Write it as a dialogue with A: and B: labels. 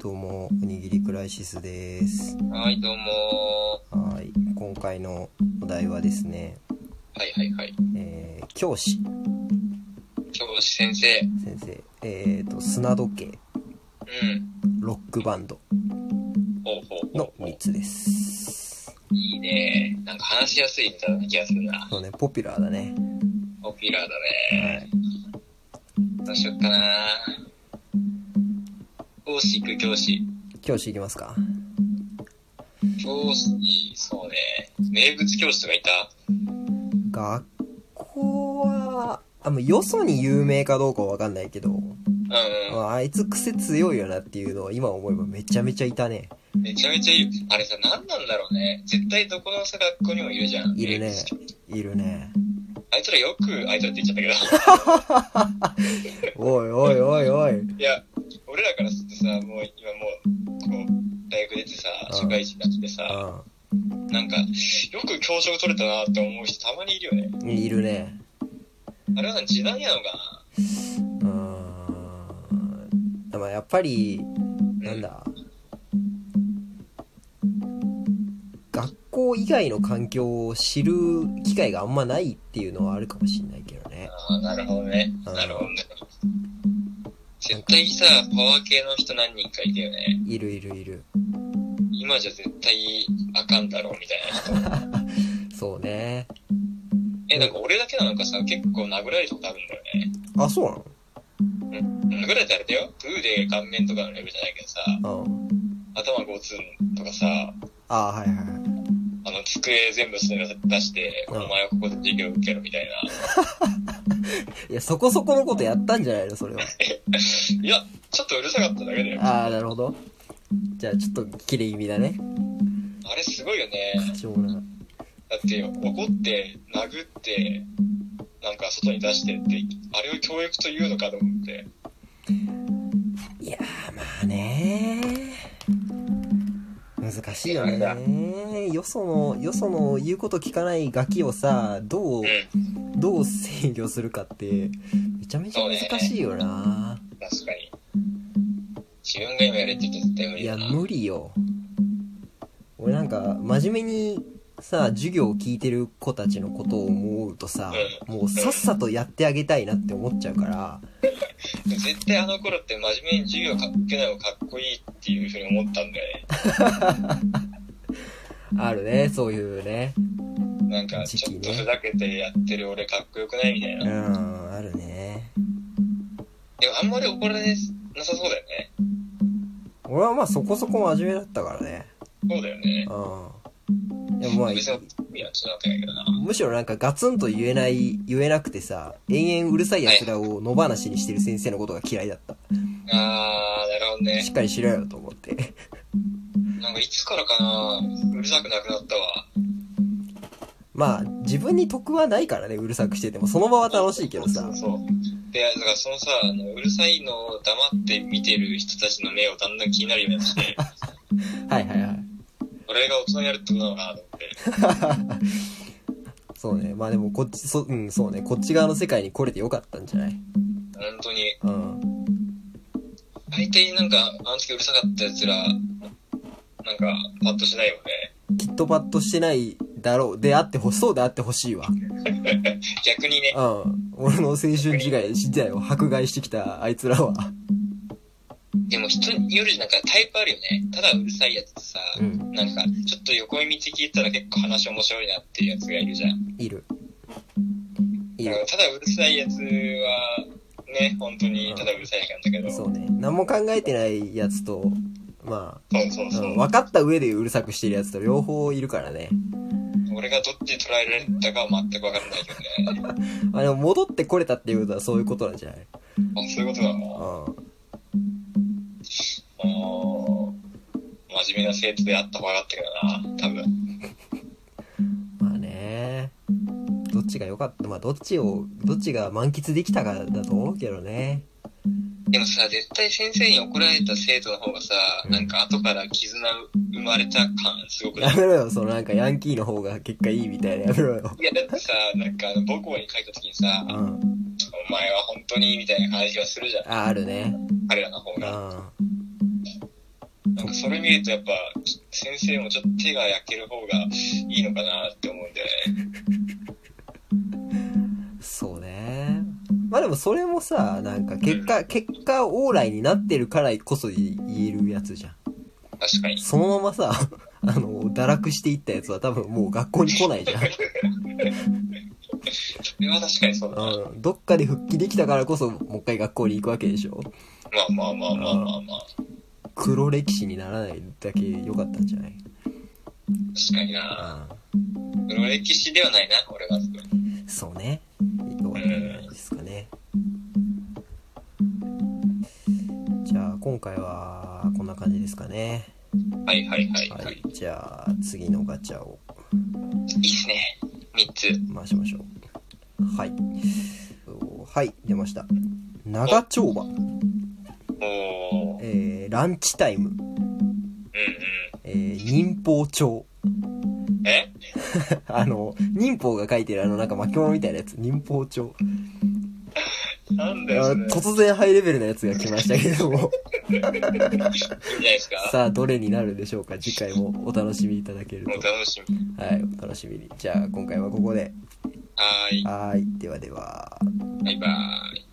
A: どうも、おにぎりクライシスです。
B: はい、どうも
A: はい。今回のお題はですね、
B: ー。はいはいはい。
A: えー、教師
B: 教師先生。
A: 先生、えーと、砂時計、
B: うん。
A: ロックバンド
B: ほうほう
A: の
B: ほうほ
A: 3つです。
B: う。いいね。なんか話しやすいみたいな気がするな。
A: そうね、ポピュラーだね。
B: ポピュラーだ
A: は
B: ね。
A: い。
B: どうしよっかな教師行く教師。
A: 教師いきますか。
B: 教師、そうね。名物教師とかいた
A: 学校は、あ、もうよそに有名かどうかはわかんないけど、
B: うん
A: まあ、あいつ癖強いよなっていうのを今思えばめちゃめちゃいたね。
B: うん。めちゃめちゃいい。あれさ、何なんだろうね。絶対どこのさ、学校にもいるじゃん。
A: いるね
B: 名物教師。
A: いるね。
B: あいつらよく、あいつらって言っちゃったけど。
A: おいおいおいおい。
B: いや、俺らからするとさ、もう今もう、こう、大学出てさ、
A: うん
B: 社会人になってさ、
A: う
B: なんか、よく教職取れたなって思う人たまにいるよね。
A: ん。いるね。
B: あれは時代なのか
A: うーん。でもやっぱり、
B: な
A: な
B: うん
A: だ。学校以外の環境を知る機会があんまないっていうのはあるかもしんないけどね。
B: ああ、なるほどね。
A: うん
B: なるほどね。絶対さ、パワー系の人何人かいたよね。
A: いるいるいる。
B: 今じゃ絶対あかんだろうみたいな人。
A: そうね。
B: え、なんか俺だけなのかさ、結構殴られたことあるんだよね。
A: あ、そう
B: 殴られてあれだよ。グーで顔面とかのレベルじゃないけどさ、
A: なのうん。
B: 頭ゴツンとかさ、
A: あはいはいはい。
B: あの、机全部それ出して、お
A: うん
B: 前はここで授業受けろみたいな。
A: いや、そこそこのことやったんじゃないのそれは。
B: いや、ちょっとうるさかっただけだよ。あ
A: ああ、なるほど。じゃあ、ちょっと綺麗気味だね。
B: れすごいよね。
A: しょうがない。
B: だって、怒って、殴って、なんか外に出してって、あれを教育というのかと思って。
A: いやーまあね難しいよ
B: いや
A: ねよそのよその言うこと聞かないガキをさどう
B: うん。
A: どう制御するかってめちゃめちゃ難しいよな、
B: 確かに。自分が今やれって言ったら絶対無
A: い
B: 理
A: や
B: だな。
A: 無理よ俺なんか真面目にさ授業を聞いてる子たちのことを思うとさもうさっさとやってあげたいなって思っちゃうから
B: 絶対あの頃って真面目に授業か受けない方がかっこいいっていうふうに思ったんだよね。
A: あるねそういうね
B: なんか、
A: 時
B: ち
A: 期
B: ょ
A: ね
B: っとふざけてやってる俺かっこよくないみたいうな。
A: んあるね
B: でもあんまり怒られなさそうだよね。
A: 俺はまあそこそこ真面目だったからね
B: そうだよね。
A: うん。でもまあ、
B: 別に意味はちょっとわかんないけどな。
A: むしろなんかガツンと言えない、言えなくてさ、延々うるさい奴らを野放しにしてる先生のことが嫌いだった。
B: あー、なるほどね
A: し。っかりしろよと思って。
B: なんかいつからかな、うるさくなくなったわ。
A: まあ、自分に得はないからね、うるさくしてても。その場は楽しいけど
B: そ
A: さ
B: う。そう。で、だからそのさ、あのうるさいのを黙って見てる人たちの目をだんだん気になるようになっ てきて、
A: はいはいはい。
B: 俺が大人にやるってことなのかなと思って。
A: そうね。まあでもこっち、そ、うん、そうね。こっち側の世界に来れてよかったんじゃない
B: 本当に。
A: うん。
B: 大体なんか、あの時うるさかった奴ら、なんか、パッとしないよね。
A: きっとパッとしてないだろう。であってほ、そうであってほしいわ。
B: 逆にね、
A: うん。俺の青春時代、時代を迫害してきたあいつらは。
B: でも人によるじゃんなんかタイプあるよね。ただうるさいやつとさ、
A: うん。
B: なんか、ちょっと横に道聞いたら結構話面白いなっていうやつがいるじゃん。
A: いる。い
B: だ
A: る
B: か。らただうるさいやつは、ね、本当にただうるさいだけなんだけど、そ
A: そううね。何も考えてないやつと、ま
B: そう
A: あ、
B: そうう、
A: ん分かった上でうるさくしてるやつと両方いるからね。
B: 俺がどっち捉えられたかは全くわからないけどね。
A: まあでも戻ってこれたっていうことはそういうことなんじゃない
B: あそういうことなの
A: う
B: あー真面目な生徒であった方がよかったけどな、多分。
A: ん。まあね。どっちが良かった、まあどっちを、どっちが満喫できたかだと思うけどね。
B: でもさ、絶対先生に怒られた生徒の方がさ、
A: うん
B: なんか後から絆生まれた感すごくな
A: や
B: い
A: めろよ、そのなんかヤンキーの方が結果いいみたいなやめろよ。
B: いや、だってさ、なんかあの母校に書いた時にさ、
A: うん。
B: お前は本当にみたいな感じがするじゃん、
A: あ、あるね。
B: 彼らの方
A: うん。
B: が。なんかそれ見るとやっぱ先生もちょっと手が焼ける方がいいのかなって思うんだよね。
A: そうねまあでもそれもさなんか結果結果往来になってるからこそ言えるやつじゃん
B: 確かに。
A: そのままさ あの堕落していったやつは多分もう学校に来ないじゃん
B: それは確かにそうだな。
A: うんどっかで復帰できたからこそもう一回学校に行くわけでしょ
B: まあまあまあまあまあまあ。
A: 黒歴史にならないだけ良かったんじゃない
B: 確かにな。黒歴史ではないな、俺は。
A: うんそうね良かったんじゃないですかねじゃあ今回はこんな感じですかね
B: はいはいはい、は
A: はいい。じゃあ次のガチャを
B: いいっすね。3つ。
A: 回しましょうはいはい出ました長丁場、
B: おー。うんうん。
A: えーランチタイム、えー忍法帳
B: え
A: あの忍法が書いてるあのなんか巻物みたいなやつ忍法帳
B: なん
A: あ
B: だよ、それ。いいんじ
A: 突然ハイレベルなやつが来ましたけども
B: ゃないですか
A: さあどれになるでしょうか次回もお楽しみいただける
B: もう
A: と
B: 楽しみ。
A: はいお楽しみにじゃあ今回はここで
B: はーい。
A: はいではでは
B: バイバーイ。